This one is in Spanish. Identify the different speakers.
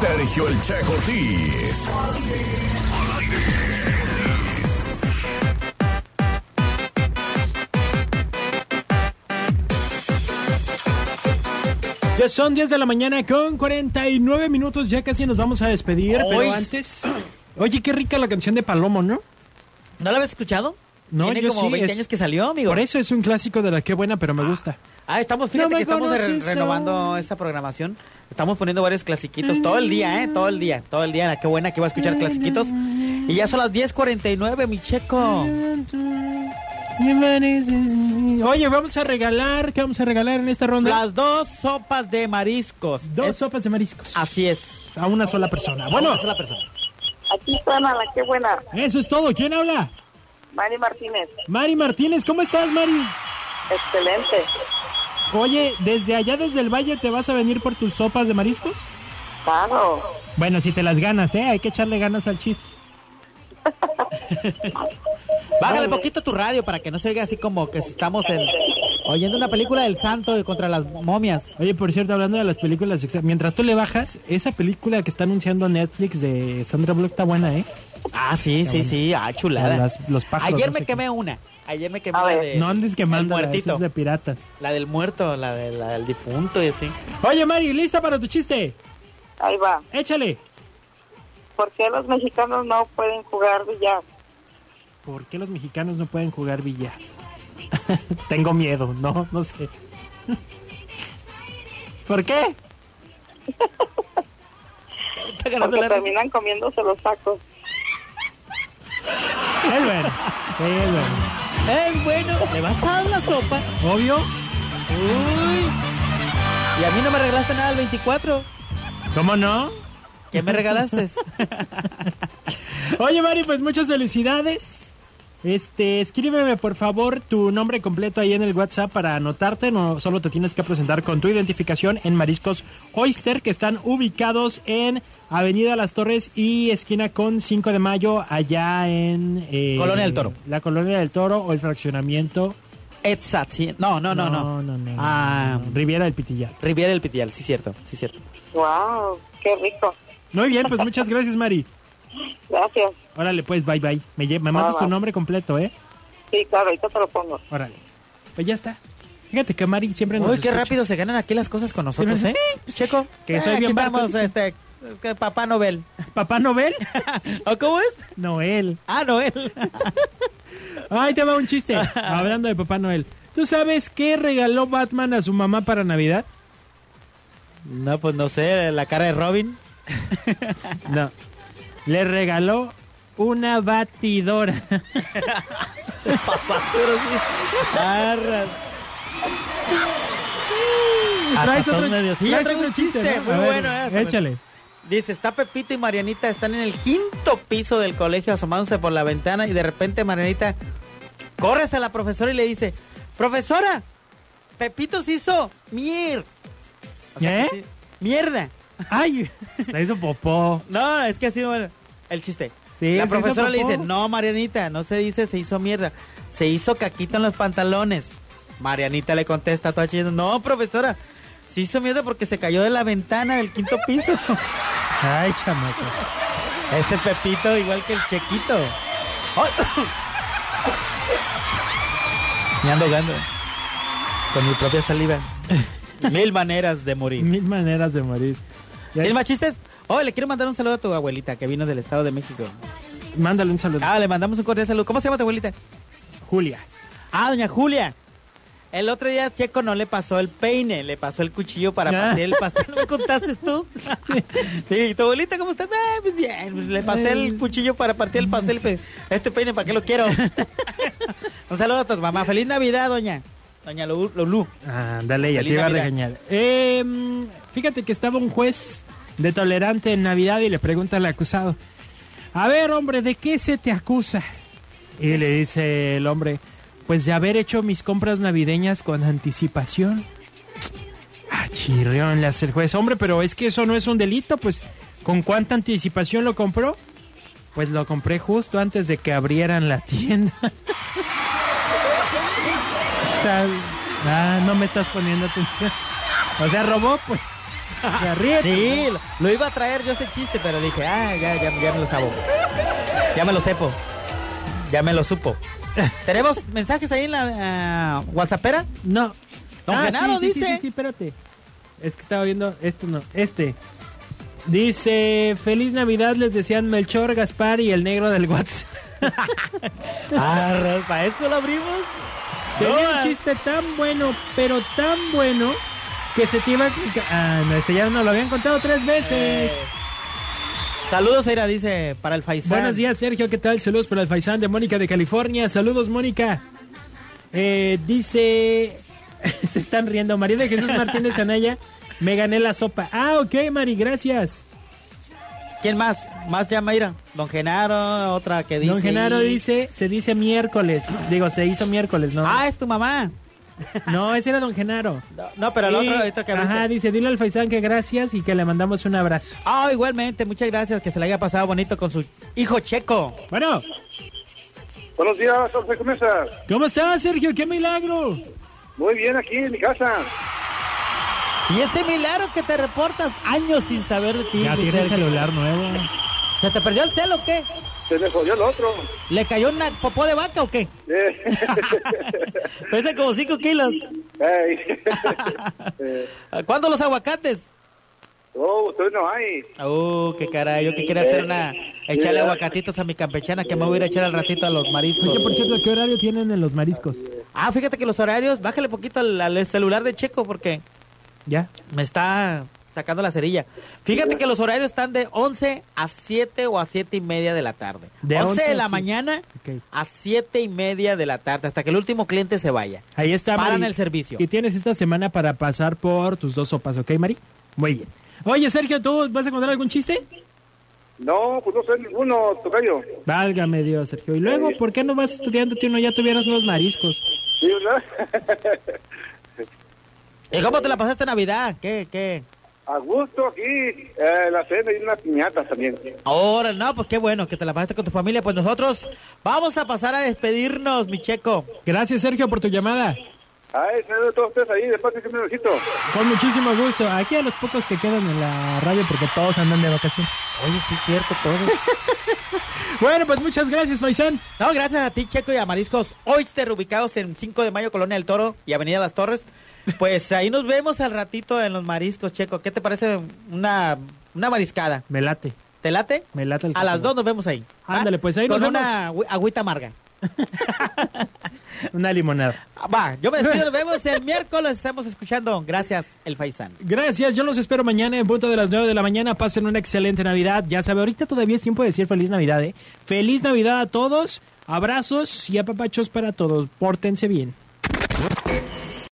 Speaker 1: Sergio El Che Ortiz.
Speaker 2: Ya son 10 de la mañana con 49 minutos, ya casi nos vamos a despedir,
Speaker 3: Hoy-
Speaker 2: pero antes... Oye, qué rica la canción de Palomo, ¿no?
Speaker 3: ¿No la habías escuchado?
Speaker 2: No,
Speaker 3: Tiene
Speaker 2: yo
Speaker 3: como
Speaker 2: sí,
Speaker 3: 20
Speaker 2: es-
Speaker 3: años que salió, amigo.
Speaker 2: Por eso es un clásico de la que buena, pero me gusta.
Speaker 3: Ah, estamos, fíjate
Speaker 2: No me
Speaker 3: que estamos re-
Speaker 2: conoces
Speaker 3: renovando
Speaker 2: aún.
Speaker 3: esa programación. Estamos poniendo varios clasiquitos todo el día, ¿eh? Todo el día, todo el día. Qué buena que va a escuchar clasiquitos. Y ya son las 10.49, mi checo.
Speaker 2: Oye, vamos a regalar, ¿qué vamos a regalar en esta ronda?
Speaker 3: Las dos sopas de mariscos.
Speaker 2: Dos
Speaker 3: Es-
Speaker 2: sopas de mariscos.
Speaker 3: Así es.
Speaker 2: A una sola persona. Bueno,
Speaker 3: Una sola persona.
Speaker 4: Aquí está Ana, la qué buena.
Speaker 2: eso es todo. ¿Quién habla?
Speaker 4: Mari Martínez,
Speaker 2: Mari Martínez, ¿cómo estás, Mari?
Speaker 4: excelente.
Speaker 2: Oye, desde allá, desde el valle, ¿te vas a venir por tus sopas de mariscos?
Speaker 4: Claro.
Speaker 2: Bueno, si te las ganas, ¿eh? Hay que echarle ganas al chiste.
Speaker 3: Bájale poquito tu radio para que no se oiga así como que estamos en- oyendo una película del santo contra las momias.
Speaker 2: Oye, por cierto, hablando de las películas, exa- mientras tú le bajas, esa película que está anunciando Netflix de Sandra Bullock está buena, ¿eh?
Speaker 3: Ah, sí, sí, sí. Ah, chulada.
Speaker 2: Las- los pájaros,
Speaker 3: Ayer
Speaker 2: no
Speaker 3: me
Speaker 2: sé
Speaker 3: quemé una. Ayer me quemé
Speaker 4: A
Speaker 3: la
Speaker 4: ver.
Speaker 3: de...
Speaker 2: Eh, no andes quemando
Speaker 3: el muertito.
Speaker 2: las de piratas.
Speaker 3: La del muerto, la, de- la del difunto y así.
Speaker 2: Oye, Mari, ¿lista para tu chiste?
Speaker 4: Ahí va.
Speaker 2: Échale.
Speaker 4: ¿Por qué los mexicanos no pueden jugar billar?
Speaker 2: ¿Por qué los mexicanos no pueden jugar billar? Tengo miedo, no, no sé. ¿Por qué?
Speaker 3: Está ganando
Speaker 4: Porque
Speaker 3: la risa.
Speaker 4: terminan comiéndose los tacos.
Speaker 2: Es bueno, sí, es bueno.
Speaker 3: Ey, bueno, le vas a dar la sopa.
Speaker 2: Obvio,
Speaker 3: Uy. Y a mí no me regalaste nada el 24.
Speaker 2: ¿cómo no?
Speaker 3: ¿Qué me regalaste?
Speaker 2: Oye, Mari, pues muchas felicidades. Este, escríbeme por favor tu nombre completo ahí en el WhatsApp para anotarte. No solo te tienes que presentar con tu identificación en Mariscos Oyster, que están ubicados en Avenida Las Torres y esquina con 5 de Mayo, allá en. eh,
Speaker 3: Colonia del Toro.
Speaker 2: La Colonia del Toro o el fraccionamiento.
Speaker 3: Etzat, sí. No, no, no, no.
Speaker 2: no, no,
Speaker 3: Ah,
Speaker 2: no, no. Riviera del Pitilla.
Speaker 3: Riviera el Pitial, sí, cierto, sí, cierto.
Speaker 4: ¡Wow! ¡Qué rico!
Speaker 2: Muy bien, pues muchas gracias, Mari.
Speaker 4: Gracias.
Speaker 2: Órale, pues, bye bye. Me, lle- me mandas tu
Speaker 4: va.
Speaker 2: nombre completo, ¿eh?
Speaker 4: Sí, claro, ahorita te lo pongo.
Speaker 2: Órale. Pues ya está. Fíjate que Mari siempre nos
Speaker 3: Uy, qué
Speaker 2: escucha.
Speaker 3: rápido se ganan aquí las cosas con nosotros,
Speaker 2: Sí,
Speaker 3: ¿eh? Checo,
Speaker 2: Que soy
Speaker 3: eh, aquí
Speaker 2: bien
Speaker 3: estamos,
Speaker 2: barato,
Speaker 3: este, es que Papá Nobel.
Speaker 2: ¿Papá Noel?
Speaker 3: ¿O cómo es?
Speaker 2: Noel.
Speaker 3: Ah, Noel.
Speaker 2: Ahí te va un chiste. Hablando de Papá Noel. ¿Tú sabes qué regaló Batman a su mamá para Navidad?
Speaker 3: No, pues no sé, la cara de Robin.
Speaker 2: No. Le regaló una batidora.
Speaker 3: Pasajero, sí. Arras. Ah,
Speaker 2: ¿Traes
Speaker 3: patón
Speaker 2: otro,
Speaker 3: medio- sí, ya
Speaker 2: traes
Speaker 3: traigo
Speaker 2: otro
Speaker 3: un chiste,
Speaker 2: ¿no?
Speaker 3: muy
Speaker 2: A ver,
Speaker 3: bueno, eh, hasta me-
Speaker 2: Échale.
Speaker 3: Dice, está Pepito y Marianita, están en el quinto piso del colegio asomándose por la ventana y de repente Marianita corre a la profesora y le dice, profesora, Pepito se hizo mier. O
Speaker 2: ¿Eh?
Speaker 3: que sí- mierda.
Speaker 2: Ay, la hizo popó.
Speaker 3: No, es que así no el, el chiste.
Speaker 2: Sí,
Speaker 3: la
Speaker 2: se hizo
Speaker 3: profesora le
Speaker 2: popó.
Speaker 3: dice, no, Marianita, no se dice se hizo mierda, se hizo caquita en los pantalones. Marianita le contesta, toda chida, no, profesora, se hizo mierda porque se cayó de la ventana del quinto piso.
Speaker 2: Ay, chamaco.
Speaker 3: Ese Pepito igual que el Chequito. Me ando ahogando con mi propia saliva. Mil maneras de morir.
Speaker 2: Mil maneras de morir. Ya
Speaker 3: ¿Tienes
Speaker 2: es-
Speaker 3: más chistes? Oh, le quiero mandar un saludo a tu abuelita que vino del Estado de México.
Speaker 2: Mándale un saludo.
Speaker 3: Ah, le mandamos un cordial saludo. ¿Cómo se llama tu abuelita?
Speaker 2: Julia.
Speaker 3: Ah, doña Julia. El otro día Checo no le pasó el peine, le pasó el cuchillo para
Speaker 2: Ah.
Speaker 3: partir el pastel. ¿No me contaste tú? Sí, ¿y tu abuelita cómo está? Ah, pues bien, pues le pasé el cuchillo para partir el pastel. pues, Este peine, ¿para qué lo quiero? Un saludo a tu mamá. Feliz Navidad, doña. Doña Lu- Lulú.
Speaker 2: Ah, dale, ya te
Speaker 3: Feliz
Speaker 2: iba a
Speaker 3: Navidad.
Speaker 2: regañar. Eh, mm, fíjate que estaba un juez de tolerante en Navidad y le pregunta al acusado, a ver hombre, ¿de qué se te acusa? Y le dice el hombre, pues de haber hecho mis compras navideñas con anticipación. Ah, chirrión le hace el juez, hombre, pero es que eso no es un delito, pues ¿con cuánta anticipación lo compró? Pues lo compré justo antes de que abrieran la tienda. O sea, ah, no me estás poniendo atención. O sea, robó, pues. Garrido.
Speaker 3: Sí, lo- lo iba a traer yo ese chiste, pero dije, ah, ya, ya, ya me lo sabo. Ya me lo sepo. Ya me lo supo. ¿Tenemos mensajes ahí en la ah, WhatsAppera?
Speaker 2: No. Ah,
Speaker 3: Don
Speaker 2: sí,
Speaker 3: Genaro
Speaker 2: sí,
Speaker 3: dice.
Speaker 2: Sí, sí, sí, espérate. Es que estaba viendo. Esto no. Este. Dice: Feliz Navidad, les decían Melchor, Gaspar y el negro del WhatsApp.
Speaker 3: Ah, ¿para eso lo abrimos?
Speaker 2: Tenía
Speaker 3: No,
Speaker 2: un chiste tan bueno, pero tan bueno, que se te iba. que- Ah, no, este ya no lo habían contado tres veces.
Speaker 3: Saludos, Eira, dice, para el Faisán.
Speaker 2: Buenos días, Sergio. ¿Qué tal? Saludos para el Faisán de Mónica de California. Saludos, Mónica. Eh, dice. Se están riendo. María de Jesús Martínez Anaya. Me gané la sopa. Ah, ok, Mari, gracias.
Speaker 3: ¿Quién más? Más llama, Ira. Don Genaro, otra que dice.
Speaker 2: Don Genaro dice, se dice miércoles. Digo, se hizo miércoles, ¿no?
Speaker 3: Ah, es tu mamá.
Speaker 2: No, ese era Don Genaro.
Speaker 3: No, no, pero el
Speaker 2: Y-
Speaker 3: otro, ahorita que
Speaker 2: Ajá,
Speaker 3: abriste.
Speaker 2: dice, dile al Faisán que gracias y que le mandamos un abrazo.
Speaker 3: Ah, igualmente, muchas gracias, que se le haya pasado bonito con su hijo checo.
Speaker 2: Bueno,
Speaker 5: Buenos días, Jorge Comesa.
Speaker 2: ¿cómo estás, Sergio? ¡Qué milagro!
Speaker 5: Muy bien aquí en mi casa.
Speaker 3: Y ese milagro que te reportas años sin saber de ti. mi Sergio.
Speaker 2: celular nuevo.
Speaker 3: ¿Se te perdió el celo o qué?
Speaker 5: Se me jodió el otro.
Speaker 3: ¿Le cayó una popó de vaca o qué?
Speaker 5: Eh,
Speaker 3: Pesa como 5 kilos.
Speaker 5: ey. Eh,
Speaker 3: ¿Cuándo los aguacates?
Speaker 5: oh, usted no hay.
Speaker 3: Oh, qué caray, yo que quiero hacer una... Echarle aguacatitos a mi campechana que me voy a ir a echar al ratito a los mariscos.
Speaker 2: Oye, por cierto, ¿qué horario tienen en los mariscos?
Speaker 3: Ah, fíjate que los horarios, bájale poquito al, al celular de Checo porque
Speaker 2: ¿Ya?
Speaker 3: me está sacando la cerilla. Fíjate que los horarios están de 11 a 7 o a 7 y media de la tarde.
Speaker 2: De
Speaker 3: 11
Speaker 2: 11
Speaker 3: de
Speaker 2: a
Speaker 3: la
Speaker 2: 7.
Speaker 3: mañana
Speaker 2: Ok.
Speaker 3: a 7 y media de la tarde, hasta que el último cliente se vaya.
Speaker 2: Ahí está,
Speaker 3: Paran
Speaker 2: Mari.
Speaker 3: el servicio.
Speaker 2: Y tienes esta semana para pasar por tus dos sopas, ¿ok, Mari? Muy bien. Oye, Sergio, ¿tú vas a contar algún chiste?
Speaker 5: No, pues no sé ninguno, tocayo.
Speaker 2: Válgame Dios, Sergio. ¿Y luego por qué no vas estudiando, tío? No, ya tuvieras nuevos mariscos.
Speaker 5: Sí, ¿verdad?
Speaker 3: ¿Y Eh, cómo te la pasaste Navidad? ¿Qué, qué?
Speaker 5: A gusto aquí, eh, la cena y unas piñatas también.
Speaker 3: Ahora, no, pues qué bueno que te la pasaste con tu familia. Pues nosotros vamos a pasar a despedirnos, mi Checo.
Speaker 2: Gracias, Sergio, por tu llamada.
Speaker 5: Ay, saludos a todos ustedes ahí, después que me ojito.
Speaker 2: Con muchísimo gusto. Aquí a los pocos que quedan en la radio porque todos andan de vacaciones.
Speaker 3: Oye, sí es cierto, todos.
Speaker 2: Bueno, pues muchas gracias, Faisán.
Speaker 3: No, gracias a ti, Checo, y a Mariscos Oyster, ubicados en 5 de mayo, Colonia del Toro y Avenida Las Torres. Pues ahí nos vemos al ratito en los mariscos, Checo. ¿Qué te parece una, una mariscada?
Speaker 2: Me late,
Speaker 3: ¿Te late?
Speaker 2: me late el
Speaker 3: A las
Speaker 2: coco.
Speaker 3: 2 nos vemos ahí. ¿va?
Speaker 2: Ándale, pues, ahí
Speaker 3: Con
Speaker 2: nos
Speaker 3: una agü- agüita amarga.
Speaker 2: Una limonada.
Speaker 3: Ah, Va, yo me despido, nos vemos el miércoles. Estamos escuchando. Gracias, El Faisán.
Speaker 2: Gracias, yo los espero mañana en punto de las 9 de la mañana. Pasen una excelente Navidad. Ya sabe, ahorita todavía es tiempo de decir feliz Navidad, ¿eh? Feliz Navidad a todos. Abrazos y apapachos para todos. Pórtense bien.